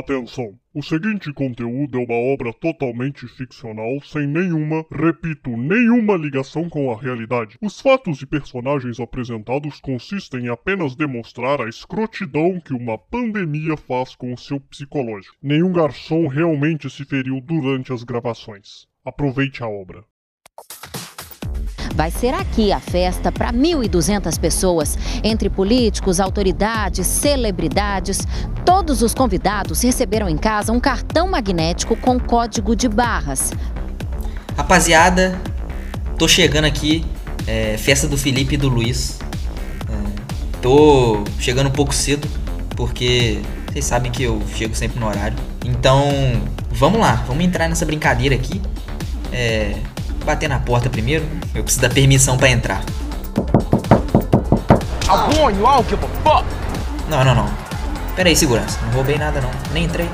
Atenção! O seguinte conteúdo é uma obra totalmente ficcional, sem nenhuma, repito, nenhuma ligação com a realidade. Os fatos e personagens apresentados consistem em apenas demonstrar a escrotidão que uma pandemia faz com o seu psicológico. Nenhum garçom realmente se feriu durante as gravações. Aproveite a obra. Vai ser aqui a festa para 1.200 pessoas, entre políticos, autoridades, celebridades. Todos os convidados receberam em casa um cartão magnético com código de barras. Rapaziada, tô chegando aqui, é, festa do Felipe e do Luiz. É, tô chegando um pouco cedo, porque vocês sabem que eu chego sempre no horário. Então, vamos lá, vamos entrar nessa brincadeira aqui. É, bater na porta primeiro. Eu preciso da permissão para entrar. Não, não, não. Pera aí, segurança. Não roubei nada, não. Nem entrei.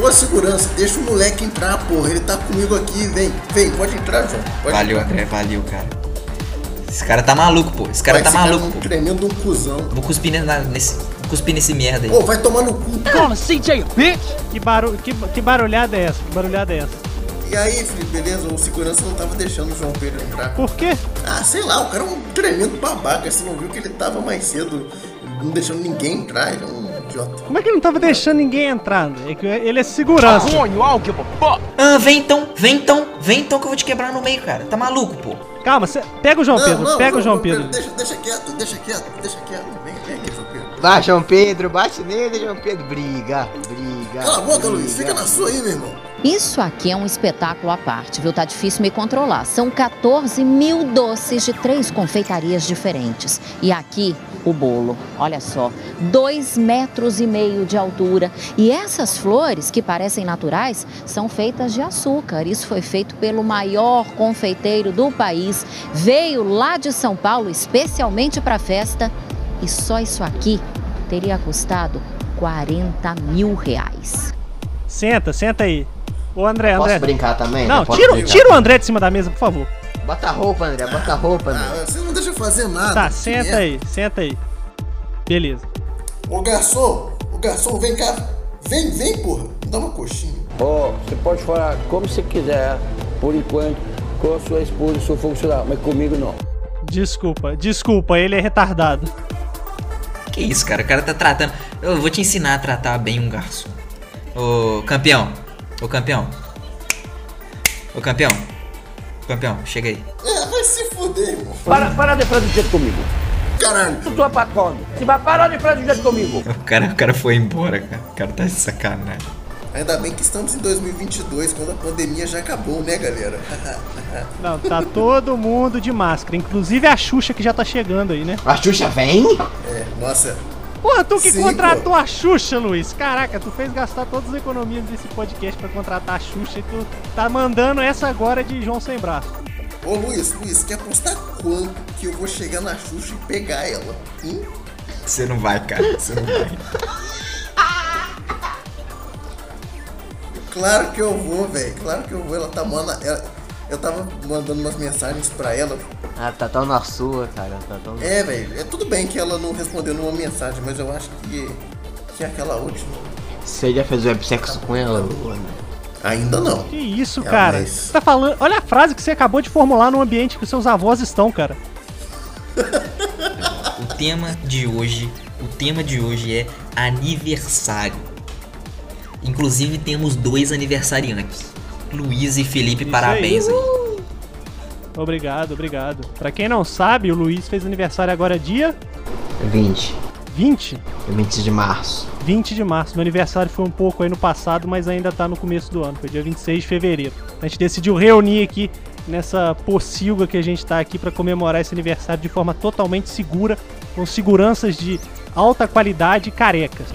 Ô segurança, deixa o moleque entrar, porra. Ele tá comigo aqui, vem. Vem, pode entrar, João. Pode Valeu, entrar. André. Valeu, cara. Esse cara tá maluco, pô. Esse cara Vai, tá esse maluco, é um pô. Tremendo um cuzão. Vou cuspir ne- na- nesse, vou cuspir nesse merda aí. Ô, vai tomar no cu. Que, barulho, que, que barulhada é essa? Que barulhada é essa? E aí, Felipe, beleza? O segurança não tava deixando o João Pedro entrar. Por quê? Ah, sei lá, o cara é um tremendo babaca. Você não viu que ele tava mais cedo, não deixando ninguém entrar. Ele é um idiota. Como é que ele não tava deixando ninguém entrar? André? É que Ele é segurança. Ah, vem então, vem então, vem então que eu vou te quebrar no meio, cara. Tá maluco, pô. Calma, cê- pega o João Pedro, pega o João Pedro. Deixa, deixa quieto, deixa quieto, deixa quieto. Vem, vem aqui, João Pedro. Vai, João Pedro, bate nele, João Pedro. Briga, briga. Cala a boca, briga. Luiz. Fica na sua aí, meu irmão. Isso aqui é um espetáculo à parte, viu? Tá difícil me controlar. São 14 mil doces de três confeitarias diferentes. E aqui o bolo, olha só, dois metros e meio de altura. E essas flores, que parecem naturais, são feitas de açúcar. Isso foi feito pelo maior confeiteiro do país. Veio lá de São Paulo especialmente para a festa. E só isso aqui teria custado 40 mil reais. Senta, senta aí. Ô André, Posso André. brincar também? Não, André? Posso tira, brincar? tira o André de cima da mesa, por favor. Bota a roupa, André, bota a roupa, André. Ah, você não deixa eu fazer nada. Tá, Que senta merda. aí, senta aí. Beleza. Ô garçom, ô garçom, vem cá. Vem, vem, porra. Me dá uma coxinha. Ó, você pode falar como você quiser, por enquanto, com a sua esposa, seu funcionário, mas comigo não. Desculpa, desculpa, ele é retardado. Que isso, cara? O cara tá tratando. Eu vou te ensinar a tratar bem um garçom. Ô, campeão. Ô, campeão. Ô, campeão. Campeão, chega aí. É, vai se fuder, irmão. Para, para de fazer jeito comigo. Caralho. Eu tô apacando. Você vai parar de fazer jeito comigo. O cara, o cara foi embora, cara. O cara tá de sacanagem. Ainda bem que estamos em 2022, quando a pandemia já acabou, né, galera? Não, tá todo mundo de máscara, inclusive a Xuxa que já tá chegando aí, né? A Xuxa vem? É, nossa. Porra, tu que Sim, contratou a Xuxa, Luiz. Caraca, tu fez gastar todas as economias desse podcast pra contratar a Xuxa e tu tá mandando essa agora de João Sem Braço. Ô, Luiz, Luiz, quer apostar quanto que eu vou chegar na Xuxa e pegar ela? Hum? Você não vai, cara. Você não vai. Claro que eu vou, velho. Claro que eu vou. Ela tá mandando... Ela... Eu tava mandando umas mensagens pra ela. Ah, tá tão na sua, cara. Tá tão... É, velho. É tudo bem que ela não respondeu nenhuma mensagem, mas eu acho que... Que é aquela última. Você já fez websexo com ela, ô, André? Ainda não. Que isso, É, cara? mas- Você tá falando. Olha a frase que você acabou de formular no ambiente que os seus avós estão, cara. O tema de hoje, o tema de hoje é aniversário. Inclusive temos dois aniversariantes. Luiz e Felipe, Isso parabéns aí. Obrigado, obrigado. Pra quem não sabe, o Luiz fez aniversário agora dia 20. 20. 20 de março. 20 de março. Meu aniversário foi um pouco aí no passado, mas ainda tá no começo do ano. Foi dia 26 de fevereiro. A gente decidiu reunir aqui nessa pocilga que a gente tá aqui pra comemorar esse aniversário de forma totalmente segura, com seguranças de alta qualidade e carecas.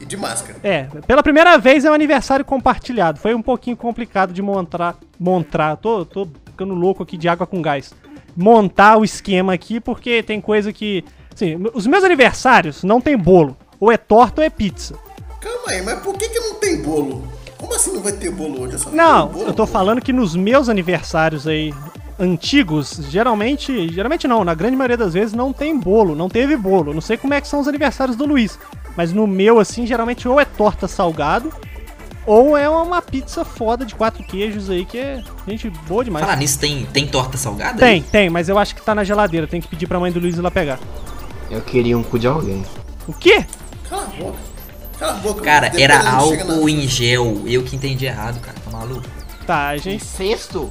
E de máscara. É, pela primeira vez é um aniversário compartilhado. Foi um pouquinho complicado de montar. Montar. Tô, tô ficando louco aqui de água com gás. Montar o esquema aqui, porque tem coisa que. Assim, os meus aniversários não tem bolo. Ou é torta ou é pizza. Calma aí, mas por que que não tem bolo? Como assim não vai ter bolo hoje? Eu só Não, quero bolo, eu tô pô. falando que nos meus aniversários aí antigos, geralmente, geralmente não, na grande maioria das vezes não tem bolo, não teve bolo. Não sei como é que são os aniversários do Luiz, Mas no meu, assim, geralmente ou é torta salgado, ou é uma pizza foda de quatro queijos aí, que é gente boa demais. Falar nisso, tem, tem torta salgada? Tem, tem, mas eu acho que tá na geladeira. Tem que pedir pra mãe do Luiz ir lá pegar. Eu queria um cu de alguém. O quê? Cala a boca. Cala a boca. Cara, mano. Depois era não chega álcool na- em gel. Eu que entendi errado, cara. Tá maluco? Tá, a Tem gente. cesto?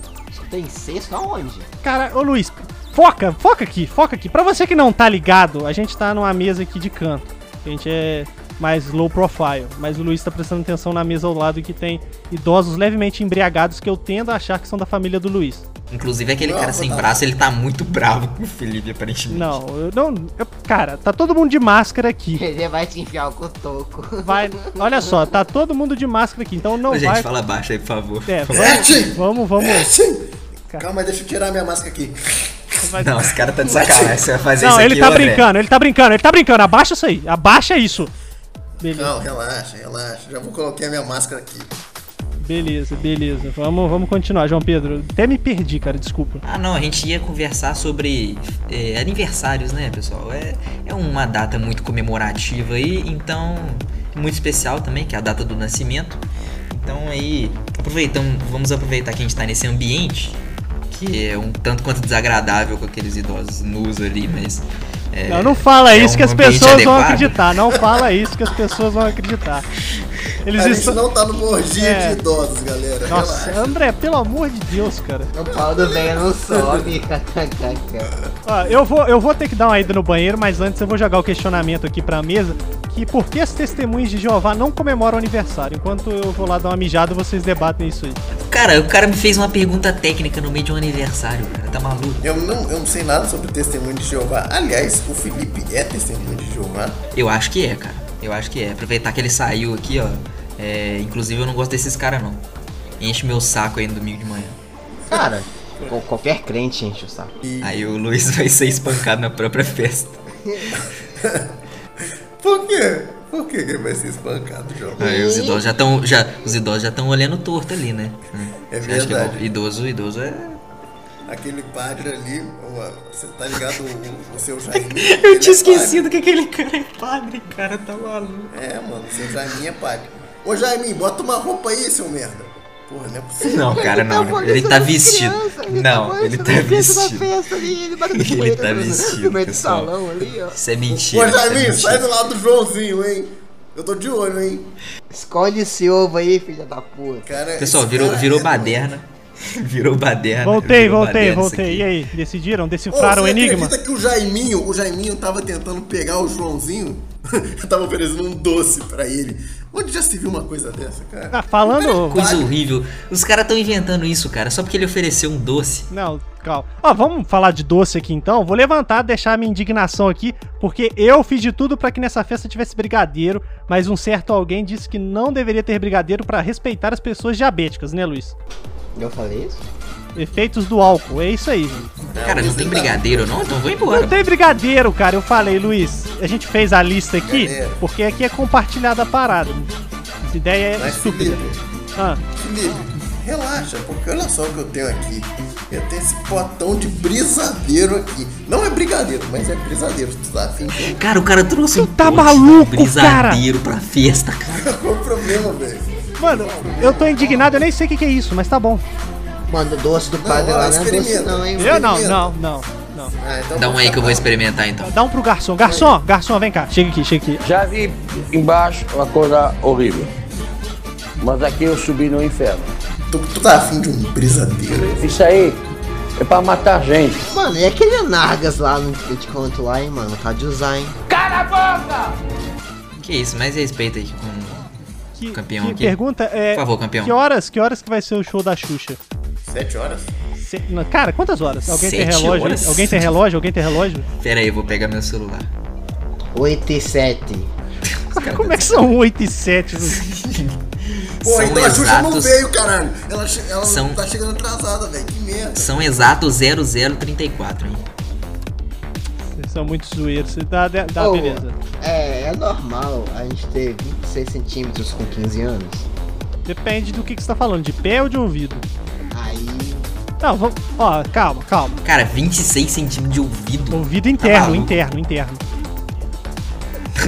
Tem cesto aonde? Cara, ô Luiz, foca, foca aqui, foca aqui. Pra você que não tá ligado, a gente tá numa mesa aqui de canto. A gente é mais low profile, mas o Luiz tá prestando atenção na mesa ao lado que tem idosos levemente embriagados que eu tendo a achar que são da família do Luiz. Inclusive, aquele Não, cara sem não. braço, ele tá muito bravo com o Felipe, aparentemente. Não, eu não. eu- cara, tá todo mundo de máscara aqui. Ele vai te enfiar o cotoco. Vai, olha só, tá todo mundo de máscara aqui, então não Ô, gente, vai. fala baixo aí, por favor. É, É assim. vamos, vamos. É vamos. assim. Cara. Calma, deixa eu tirar minha máscara aqui. Não, esse cara tá de sacanagem. Você vai fazer Não, isso aqui, ele tá ô, velho. brincando, ele tá brincando, ele tá brincando. Abaixa isso aí, abaixa isso. Beleza, Não, relaxa, relaxa. Já vou colocar minha máscara aqui. beleza, beleza. Vamos, vamos continuar, João Pedro. Até me perdi, cara, desculpa. Ah, não, a gente ia conversar sobre é, aniversários, né, pessoal? É, é uma data muito comemorativa aí, então. Muito especial também, que é a data do nascimento. Então, aí, aproveitamos, vamos aproveitar que a gente tá nesse ambiente, que é um tanto quanto desagradável com aqueles idosos nus ali, mas. é, não, não fala é isso que um as ambiente pessoas vão adequado. acreditar. Não fala isso que as pessoas vão acreditar. Eles A gente estão. não tá no mordia É. de idosos, galera. Nossa, Relaxa. André, pelo amor de Deus, cara. O pau do velho não sobe. KKKK. Ó, eu, vou, eu vou ter que dar uma ida no banheiro, mas antes eu vou jogar o questionamento aqui pra mesa, que por que as testemunhas de Jeová não comemoram aniversário? Enquanto eu vou lá dar uma mijada, vocês debatem isso aí. Cara, o cara me fez uma pergunta técnica no meio de um aniversário, cara. Tá maluco? Eu não, eu não sei nada sobre o testemunho de Jeová. Aliás, o Felipe é testemunho de Jeová. Eu acho que é, cara. Eu acho que é. Aproveitar que ele saiu aqui, ó. É, inclusive, eu não gosto desses caras, não. Enche meu saco aí no domingo de manhã. Cara, qual- qualquer crente enche o saco. Aí o Luiz vai ser espancado na própria festa. Por quê? Por que que ele vai ser espancado, Jeová? Aí os idosos já estão já, os idosos já estão olhando torto ali, né? É Você acha que bom, verdade. idoso, idoso é. Aquele padre ali, ó, você tá ligado o, o seu Jaime? Eu Ele tinha é padre. esquecido que aquele cara é padre, cara, tá maluco. É, mano, o seu Jaiminho é padre. Ô Jaiminho, bota uma roupa aí, seu merda. Porra, não é possível. Não, cara, não. Ele tá vestido. Não, ele tá vestido. Ele tá vestido. No meio do pessoal. salão ali, ó. Isso é mentira. Ô isso é Jaiminho, sai mentira. do lado do Joãozinho, hein? Eu tô de olho, hein? Escolhe esse ovo aí, filha da puta. Cara, Pessoal, esse virou, cara virou é baderna. Virou baderna. Voltei, virou voltei, baderna isso voltei. aqui. E aí, decidiram? Ô, você Decifraram o um enigma? acredita que o Jaiminho, o Jaiminho tava tentando pegar o Joãozinho? Eu tava oferecendo um doce pra ele. Onde já se viu uma coisa dessa, cara? Ah, falando. Coisa horrível. Os caras estão inventando isso, cara, só porque ele ofereceu um doce. Não, calma. Ó, vamos falar de doce aqui então. Vou levantar, deixar a minha indignação aqui, porque eu fiz de tudo pra que nessa festa tivesse brigadeiro, mas um certo alguém disse que não deveria ter brigadeiro pra respeitar as pessoas diabéticas, né, Luiz? Eu falei isso? Efeitos do álcool, é isso aí. gente. Cara, não tem brigadeiro não? Então vou embora. Não tem brigadeiro, cara. Eu falei, Luiz, a gente fez a lista aqui, Galera. porque aqui é compartilhada a parada. Essa ideia é Mas estúpida. Felipe, Ah, Felipe, relaxa, porque olha só o que eu tenho aqui. Eu tenho esse potão de brisadeiro aqui. Não é brigadeiro, mas é brisadeiro. Tu tá afim de Cara, o cara trouxe um Tu tá pote maluco, de brisadeiro pra festa, cara. qual o um problema, velho? mano, eu tô indignado, eu nem sei o que, que é isso, mas tá bom. Manda o doce do Não, padre lá, lá, não é doce experimenta. não, hein? Eu não, não, não, não. Ah, então Dá um aí que eu vou tá. experimentar então. Dá um pro garçom. Garçom, garçom, vem cá. Chega aqui, chega aqui. Já vi embaixo uma coisa horrível. Mas aqui eu subi no inferno. Tu, tu tá afim de um brisadeiro? Isso aí é pra matar gente. Mano, e aquele Nargas lá no desconto lá, hein, mano? Tá de usar, hein? Que isso, mais respeito aí com. Que, Campeão que aqui. pergunta é. Por favor, campeão. Que horas, que horas que vai ser o show da Xuxa? Sete horas? Se- não, cara, quantas horas? Alguém tem Sete relógio? aí? horas? Alguém tem relógio? Alguém tem relógio? Pera aí, eu vou pegar meu celular. 8 e 7. Como é que tá são 8 e 7? Pô, São então a Xuxa não exatos- veio, caralho. Ela, che- ela São- tá chegando atrasada, velho. Que merda. São exatos 0034, hein? Vocês são muito zoeiros. Você Dá, dá dá, Ô, beleza. É, é normal a gente ter 26 centímetros com 15 anos. Depende do que, que você tá falando, de pé ou de ouvido. Aí. Não, vamos. Ó, calma, calma. Cara, 26 centímetros de ouvido. Ouvido interno, maluco. interno, interno.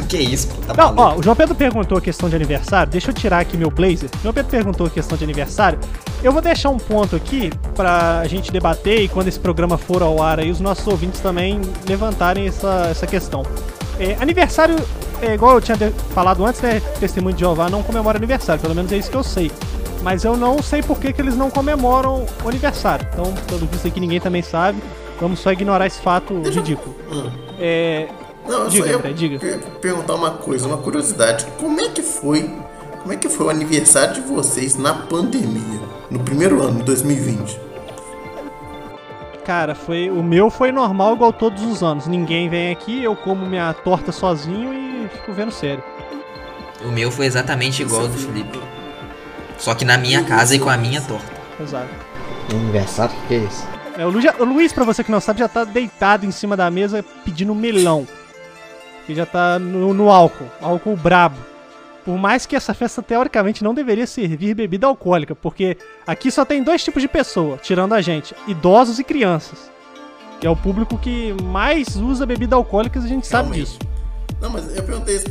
que isso, pô, tá Não, maluco. ó, o João Pedro perguntou a questão de aniversário. Deixa eu tirar aqui meu blazer. O João Pedro perguntou a questão de aniversário. Eu vou deixar um ponto aqui pra gente debater e quando esse programa for ao ar aí, os nossos ouvintes também levantarem essa, essa questão. É, aniversário, é, igual eu tinha de- falado antes, né? Testemunho de Jeová não comemora aniversário, pelo menos é isso que eu sei. Mas eu não sei por que, que eles não comemoram o aniversário. Então, pelo visto aqui ninguém também sabe. Vamos só ignorar esse fato ridículo. Ah. É, Não, eu Diga, só ia André, diga. per- perguntar uma coisa, uma curiosidade. Como é que foi? Como é que foi o aniversário de vocês na pandemia? No primeiro ano, 2020. Cara, foi o meu foi normal igual todos os anos. Ninguém vem aqui, eu como minha torta sozinho e fico vendo sério. O meu foi exatamente igual ao do Felipe. Só que na minha casa e com a minha torta. Exato. Aniversário, o que que é isso? É, o, Lu já- o Luiz, pra você que não sabe, já tá deitado em cima da mesa pedindo melão. E já tá no, no álcool, álcool brabo. Por mais que essa festa teoricamente não deveria servir bebida alcoólica, porque aqui só tem dois tipos de pessoa, tirando a gente: idosos e crianças. Que é o público que mais usa bebida alcoólica, a gente sabe Realmente. disso. Não, mas eu perguntei isso.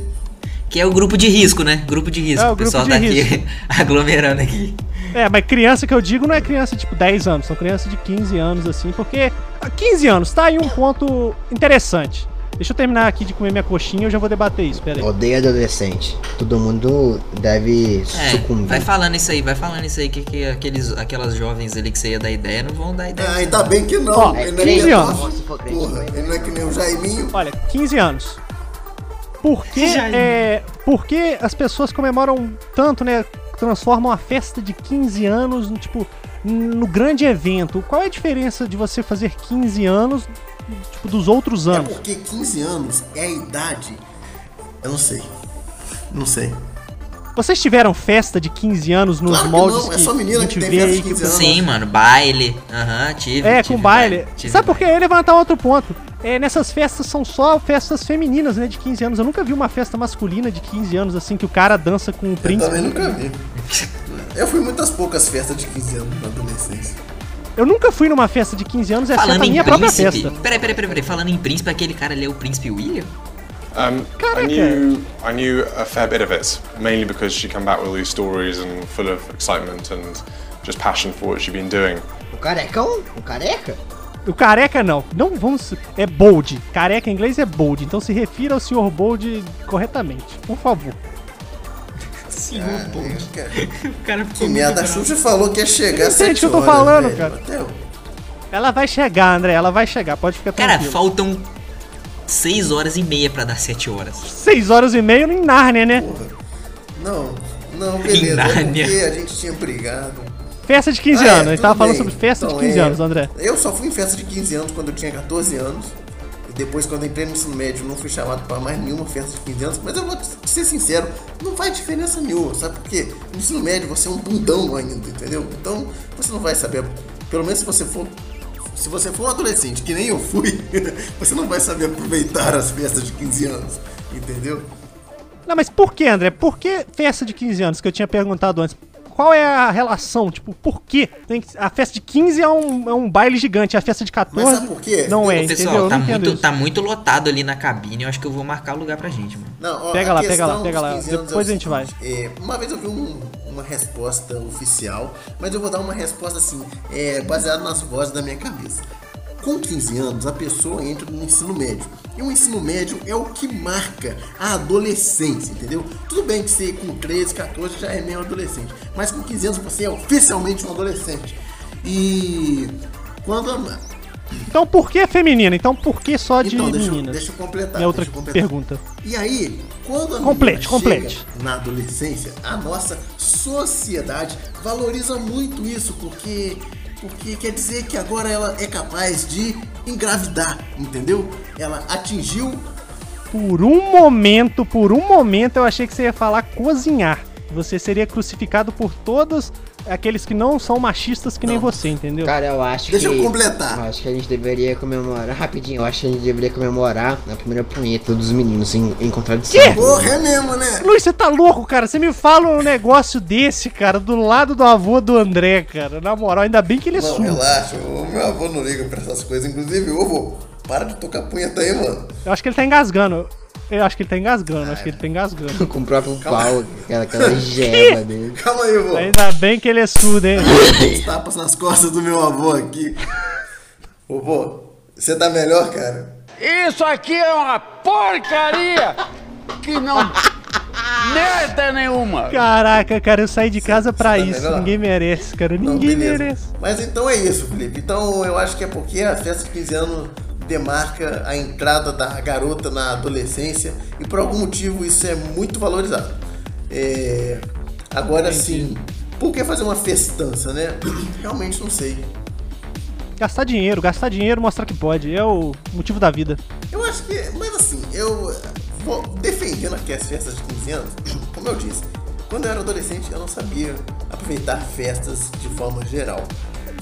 Que é o grupo de risco, né? Grupo de risco. É, o o pessoal grupo tá de aqui aglomerando aqui. É, mas criança que eu digo não é criança tipo 10 anos, são crianças de 15 anos assim, porque ah, 15 anos, tá aí um ponto interessante. Deixa eu terminar aqui de comer minha coxinha, eu já vou debater isso, pera aí. Odeio adolescente. Todo mundo deve É, sucumbir. vai falando isso aí, vai falando isso aí que, que aqueles, aquelas jovens ali que você ia dar ideia não vão dar ideia. Ah, ainda bem que não. Ó, ele não 15 é anos. pedófilo, Porra, ele não é que nem o Jaiminho. Olha, 15 anos. Por que, é, por que as pessoas comemoram tanto, né? Transformam a festa de 15 anos no, tipo, no grande evento. Qual é a diferença de você fazer 15 anos tipo, dos outros É anos? porque 15 anos é a idade. Eu não sei. Não sei. Vocês tiveram festa de 15 anos nos Claro que moldes não, é que só menina a gente que tem vê festa aí de que 15 anos. Sim, mano, baile. Aham, tive. É, tive com baile. tive Sabe por baile. quê? Eu ia levantar outro ponto. É, nessas festas são só festas femininas, né? De 15 anos. Eu nunca vi uma festa masculina de 15 anos, assim, que o cara dança com o Eu príncipe. também nunca vi. Eu fui em muitas poucas festas de 15 anos na adolescência. Eu nunca fui numa festa de 15 anos, exceto Falando a em minha própria príncipe. festa. Peraí, peraí, peraí, peraí. Falando em príncipe, aquele cara ali é o príncipe William? Um, I knew I knew a fair bit of it, mainly because she came back with all these stories and full of excitement and just passion for what she'd been doing. O carecão? O careca? O careca não. Não vamos. É bold. Careca em inglês é bold. Então se refira ao senhor bold corretamente, por favor. Sim, Eu é quero- o cara ficou Que merda, a Xuxa falou que ia chegar Eu às sei do sete que eu tô horas, falando, velho. cara. Até- Ela vai chegar, André. Ela vai chegar. Pode ficar Cara, tranquilo. faltam 6 horas e meia pra dar 7 horas. 6 horas e meia em Nárnia, né? Não, não, beleza. É Nárnia. porque a gente tinha brigado. Festa de 15 Ah, é, anos. A gente tudo tava falando bem. sobre festa Então, de 15 é, anos, André. Eu só fui em festa de 15 anos quando eu tinha 14 anos. E depois, quando eu entrei no ensino médio, eu não fui chamado pra mais nenhuma festa de 15 anos. Mas eu vou te ser sincero, não faz diferença nenhuma, sabe? Porque no ensino médio você é um bundão ainda, entendeu? Então você não vai saber. Pelo menos se você for. Se você for um adolescente, que nem eu fui, você não vai saber aproveitar as festas de 15 anos, entendeu? Não, mas por que, André? Por que festa de 15 anos que eu tinha perguntado antes? Qual é a relação? Tipo, por que? Tem que- a festa de 15 é um, é um baile gigante, a festa de 14 Mas sabe por quê? não é, Ô, entendeu? pessoal, eu tá não entendo muito, isso. tá muito lotado ali na cabine. Eu acho que eu vou marcar lugar pra gente, mano. Não, ó, Pega a lá, pega questão lá, pega dos lá. 15 anos é o Depois a gente seguinte, é, uma vez eu vi um- uma resposta oficial, mas eu vou dar uma resposta assim, é, baseada nas vozes da minha cabeça. Com 15 anos, a pessoa entra no ensino médio. E o ensino médio é o que marca a adolescência, entendeu? Tudo bem que você com 13, 14 já é meio adolescente, mas com 15 anos você é oficialmente um adolescente. E quando a, Então por que feminina? Então por que só de então, deixa, eu- meninas? deixa eu completar. Minha outra deixa eu completar. pergunta. E aí, quando a Complete, menina complete. chega na adolescência, a nossa sociedade valoriza muito isso, porque porque quer dizer que agora ela é capaz de engravidar, entendeu? Ela atingiu Por um momento, por um momento eu achei que você ia falar cozinhar. Você seria crucificado por todos aqueles que não são machistas que nem você, entendeu? Cara, eu acho Deixa que. eu completar. Eu acho que a gente deveria comemorar. Rapidinho, eu acho que a gente deveria comemorar a primeira punheta dos meninos em, em contradição. Quê? porra é mesmo, né? Luiz, você tá louco, cara. Você me fala um negócio desse, cara, do lado do avô do André, cara. Na moral, ainda bem que ele é Não, surdo. relaxa, o meu avô não liga pra essas coisas, inclusive, ô vô, para de tocar punheta aí, mano. Eu acho que ele tá engasgando. Eu acho que ele tá engasgando, acho que ele tá engasgando. Com o próprio um pau, aquela, aquela gema dele. Calma aí, vô. Ainda bem que ele é surdo, hein? Os tapas nas costas do meu avô aqui. Ô, vô, você tá melhor, cara? Isso aqui é uma porcaria que não merda nenhuma. Caraca, cara, eu saí de casa pra tá isso. melhor? Ninguém merece, cara. Não, Ninguém beleza. merece. Mas então é isso, Felipe. Então eu acho que é porque a festa de 15 anos demarca a entrada da garota na adolescência e por algum motivo isso é muito valorizado. É, Agora sim, por que fazer uma festança, né? Realmente não sei. Gastar dinheiro, gastar dinheiro, mostrar que pode. É o motivo da vida. Eu acho que. Mas assim, eu. eh, vou Defendendo aqui as festas de 15 anos, como eu disse, quando eu era adolescente eu não sabia aproveitar festas de forma geral.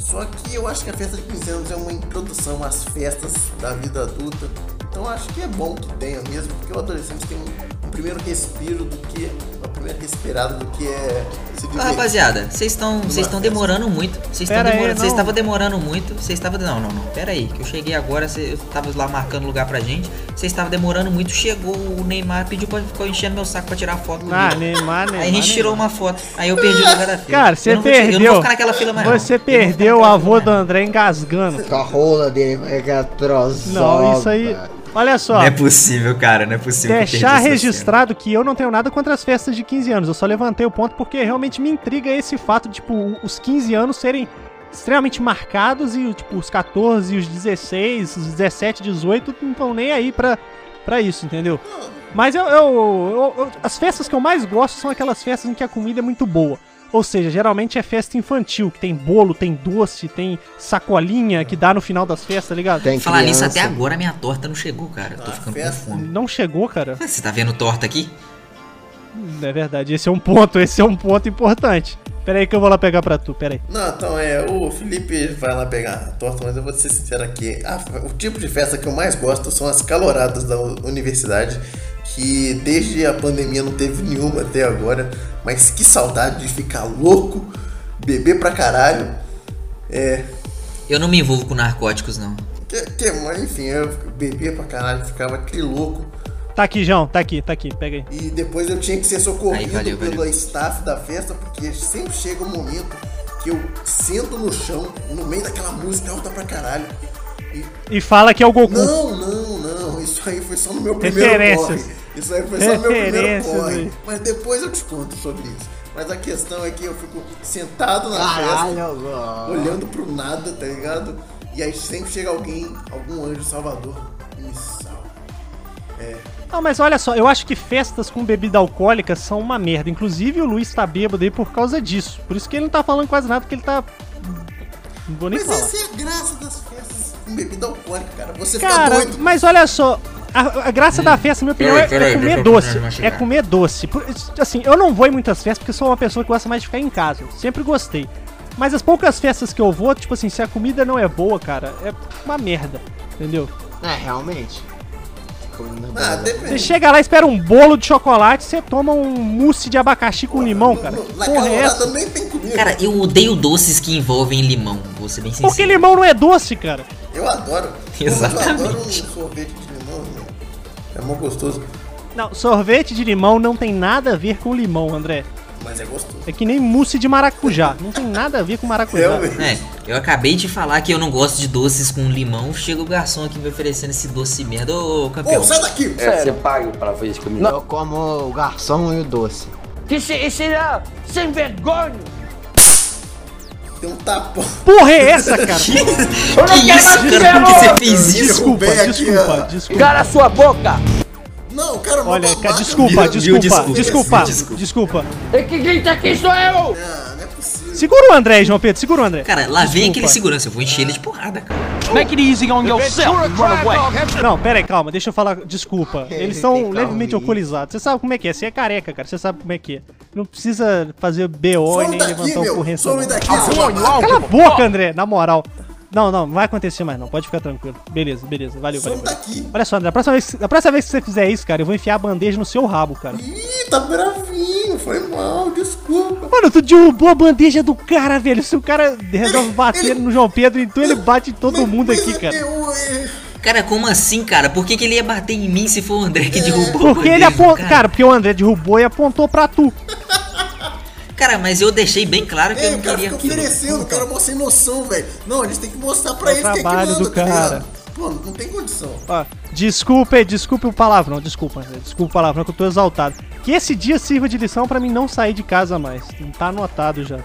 Só que eu acho que a festa de 15 anos é uma introdução às festas da vida adulta. Então eu acho que é bom que tenha mesmo, porque o adolescente tem um, um primeiro respiro do que. Uma primeira respirada do que é se divertir. Ô, rapaziada, vocês estão vocês estão demorando muito. Vocês estão Pera aí, demorando, não. vocês estavam demorando muito. Vocês estavam não, não, não. Pera aí, que eu cheguei agora, cê- eu tava lá marcando lugar pra gente. Vocês estavam demorando muito. Chegou o Neymar, pediu pra ficou enchendo meu saco pra tirar foto Uhum. Ah, comigo. Neymar, Neymar. Aí a gente tirou né. uma foto. Aí eu perdi o lugar da fila. Cara, você Eu não vou te- Eu não perdeu. vou ficar naquela fila mais. não. Você Eu não vou ficar perdeu o naquela avô do fila mais, André engasgando. Tá Com a rola dele, com aquela trozoba. Não, isso aí. Olha não. só. Né, Não é possível, cara. Não é possível. que eu perdi Deixar essa cena. registrado que eu não tenho nada contra as festas de 15 anos. Eu só levantei o ponto porque realmente me intriga esse fato, tipo, os 15 anos serem extremamente marcados e, tipo, os 14, os 16, os 17, 18 não estão nem aí pra, pra isso, entendeu? Mas eu, eu- eu- eu- As festas que eu mais gosto são aquelas festas em que a comida é muito boa. Ou seja, geralmente é festa infantil, que tem bolo, tem doce, tem sacolinha que dá no final das festas, tá ligado? Tem Falar nisso criança. até agora, minha torta não chegou, cara. Eu tô Ah, ficando com festa. fome. Não chegou, cara. Você tá vendo torta aqui? É verdade, esse é um ponto, esse é um ponto importante. Pera aí que eu vou lá pegar pra tu, pera aí. Não, então é, o Felipe vai lá pegar a torta, mas eu vou ser sincero aqui. a- o tipo de festa que eu mais gosto são as caloradas da u- universidade, que desde a pandemia não teve nenhuma até agora, mas que saudade de ficar louco, beber pra caralho. É, Eu não me envolvo com narcóticos, não. que, que- mas enfim, eu bebia pra caralho, ficava trilouco. Tá aqui, João, tá aqui, tá aqui, pega aí. E depois eu tinha que ser socorrido Aí, valeu, pelo valeu. staff da festa, porque sempre chega um momento que eu sento no chão, no meio daquela música alta pra caralho. E E fala que é o Goku. Não, não, não. Isso aí foi só no meu primeiro Referências. corre. Isso aí foi só no meu primeiro Referências, corre. hein? Mas depois eu te conto sobre isso. Mas a questão é que eu fico sentado na Ah, festa, Caralho, mano. olhando pro nada, tá ligado? E aí sempre chega alguém, algum anjo salvador, e me salva. Ah, mas olha só, eu acho que festas com bebida alcoólica são uma merda. Inclusive o Luiz tá bêbado aí por causa disso. Por isso que ele não tá falando quase nada, porque ele tá. Não vou nem Mas falar. essa é a graça das festas com bebida alcoólica, cara. Você Cara, fica doido. mas olha só. A, a graça da festa, na minha opinião, Hum. Peraí, é- peraí, é deixa comer eu doce. terminar de mastigar. É comer doce. Por- assim, eu não vou em muitas festas porque sou uma pessoa que gosta mais de ficar em casa. Sempre gostei. Mas as poucas festas que eu vou, tipo assim, se a comida não é boa, cara, é uma merda. Entendeu? É, realmente. Comendo Ah, bolo. Você depende. chega lá, espera um bolo de chocolate, você toma um mousse de abacaxi com limão, cara. Que Na Porra, é calorada essa? nem tem comida. Cara, eu odeio doces que envolvem limão. Vou ser bem sincero. Porque limão não é doce, cara. Eu adoro. Eu adoro um Exatamente. sorvete de limão, né? É mó gostoso. Não, sorvete de limão não tem nada a ver com limão, André. Mas é gostoso. É que nem mousse de maracujá. Não tem nada a ver com maracujá. Realmente. É, eu acabei de falar que eu não gosto de doces com limão. Chega o garçom aqui me oferecendo esse doce de merda. Ô, campeão. Ô, sai daqui! É, você paga pra fazer isso comigo. Eu como o garçom e o doce. Esse, esse lá, sem vergonha. Tem um tapão. Porra, é essa, cara? Eu não que quero isso, mais te cara? ver, Por que você não. fez isso? Desculpa, Derrubei aqui, desculpa, ó. desculpa. Cala sua boca. Não, cara, uma Olha, babaca, cara, desculpa, meu desculpa, desculpa, desculpa, desculpa. desculpa. E que grita aqui sou eu. Ah, não é possível. Segura o André, aí, João Pedro, segura o André. Cara, lá vem Desculpa. aquele segurança. Eu vou encher ele de porrada, cara. Make it easy on yourself and run away. Não, pera aí, calma, deixa eu falar, desculpa. Eles Tem são calma levemente aí. alcoolizados. Você sabe como é que é, você é careca, cara, você sabe como é que é. Não precisa fazer BO e Some nem daqui, levantar meu! ocorrência. Some não. daqui, seu babaca! Cala a boca, André, na moral. Não, não, não vai acontecer mais não, pode ficar tranquilo. Beleza, beleza, valeu, valeu. Some valeu. daqui! Olha só, André, a próxima, vez, a próxima vez que você fizer isso, cara, eu vou enfiar a bandeja no seu rabo, cara. Ih, tá bravinho, foi mal, desculpa. Mano, tu derrubou a bandeja do cara, velho. Se o cara resolve bater ele- no João Pedro, então ele bate em todo Mas- mundo mas aqui, cara. Eu, é, Cara, como assim, cara? Por que, que ele ia bater em mim se for o André que derrubou o Porque ele Rodrigo, apontou. Cara. porque o André derrubou e apontou pra tu. Cara, mas eu deixei bem claro que eu É, não o cara queria fica aquilo. oferecendo, o cara mostra sem noção, velho. Não, eles têm que mostrar pra É o eles que aquilo trabalho do anda, tá ligado? cara. Pô, não tem condição. Ó, desculpa, aí, desculpa o palavrão, desculpa, André, desculpa o palavrão que eu tô exaltado. Que esse dia sirva de lição pra mim não sair de casa mais. Não tá anotado já.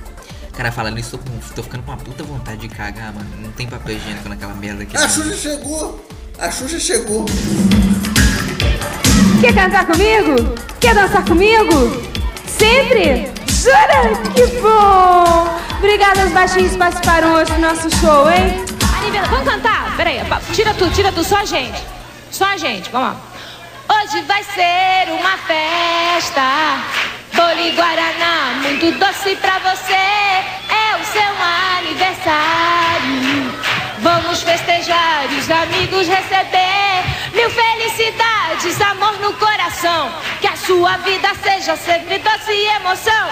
Cara, falando isso, tô, com- tô ficando com uma puta vontade de cagar, mano. Não tem papel higiênico naquela merda aqui. A Xuxa chegou! A Xuxa chegou! Quer cantar comigo? Quer dançar comigo? Sempre? Jura? Que bom! Obrigada aos baixinhos que participaram hoje do nosso show, hein? vamos cantar? Peraí, pa- tira tu, tira tu, só a gente. Só a gente, vamos lá. Hoje vai ser uma festa. Bolo e Guaraná, muito doce pra você. É o seu aniversário. Vamos festejar, os amigos receber. Mil felicidades, amor no coração. Que a sua vida seja sempre doce e emoção.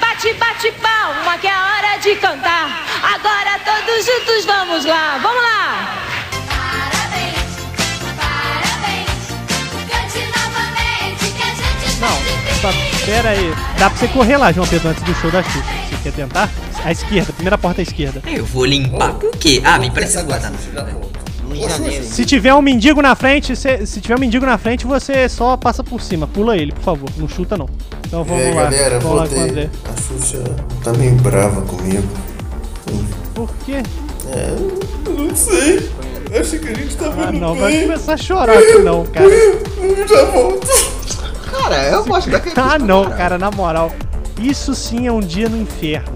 Bate, bate palma, que é hora de cantar. Agora todos juntos vamos lá, vamos lá. Parabéns, parabéns. Cante novamente que a gente Não, tá, pera aí. Dá pra você correr lá, João Pedro, antes do show da Xuxa. Você quer tentar? À esquerda, primeira porta à esquerda. É, eu vou limpar com o quê? Ah, me empresta essa guardana. No Rio de Janeiro. Se tiver um mendigo na frente, cê- se tiver um mendigo na frente, você só passa por cima. Pula ele, por favor. Não chuta, não. Então vamos É, lá. galera, vamos lá com o voltei. André. A Xuxa tá meio brava comigo. Por quê? Não sei. Achei que a gente tava Ah, indo não, vai bem. começar a chorar aqui, não, cara. Eu já volto. Cara, eu gosto da Ah, não, cara, na moral. Isso sim é um dia no inferno.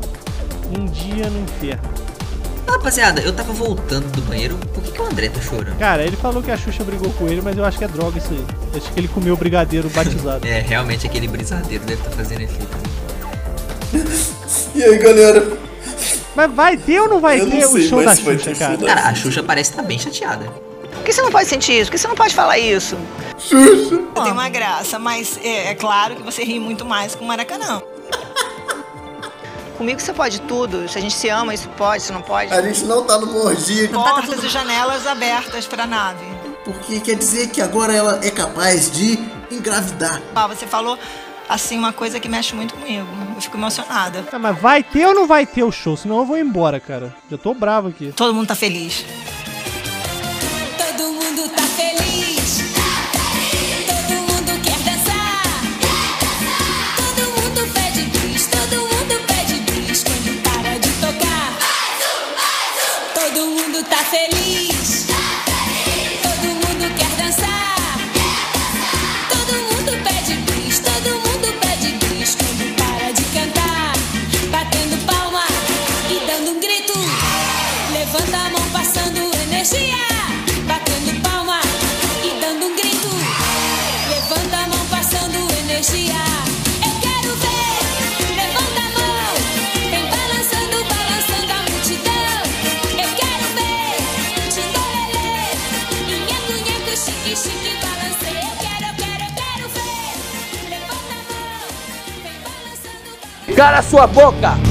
Um dia no inferno. Rapaziada, eu tava voltando do banheiro. Por que, que o André tá chorando? Cara, ele falou que a Xuxa brigou com ele, mas eu acho que é droga isso aí. Eu Acho que ele comeu o brigadeiro batizado. É, realmente aquele brisadeiro deve estar fazendo efeito. né? E aí, galera? mas vai ter ou não vai Eu não ter o sei, show da mas vai ter Xuxa, show cara? da- Cara, a Xuxa parece estar bem chateada. Por que você não pode sentir isso? Por que você não pode falar isso? Xuxa! Tem uma graça, mas é, é claro que você ri muito mais com o Maracanã. Comigo você pode tudo. Se a gente se ama, isso pode, se não pode. A gente não tá no mordia. Portas e janelas abertas pra nave. Porque quer dizer que agora ela é capaz de engravidar. Ah, você falou, assim, uma coisa que mexe muito comigo. Eu fico emocionada. Ah, mas vai ter ou não vai ter o show? Senão eu vou embora, cara. Já tô bravo aqui. Todo mundo tá feliz. Todo mundo tá feliz. Todo mundo quer dançar. Todo mundo pede bis, todo mundo pede bis quando para de tocar. Todo mundo tá feliz. Todo mundo quer dançar. Todo mundo pede bis, todo mundo pede bis quando para de cantar. Batendo palma e dando um grito. Levanta a mão, passando energia. Batendo palma e dando um grito. Levanta a mão, passando energia. Eu quero ver. Levanta a mão. Vem balançando, balançando a multidão. Eu quero ver. Tindorelê. Nheco, nheco, chique, chique, balancei. Eu quero, eu quero, eu quero ver. Levanta a mão. Vem balançando, balançando. Cara, sua boca!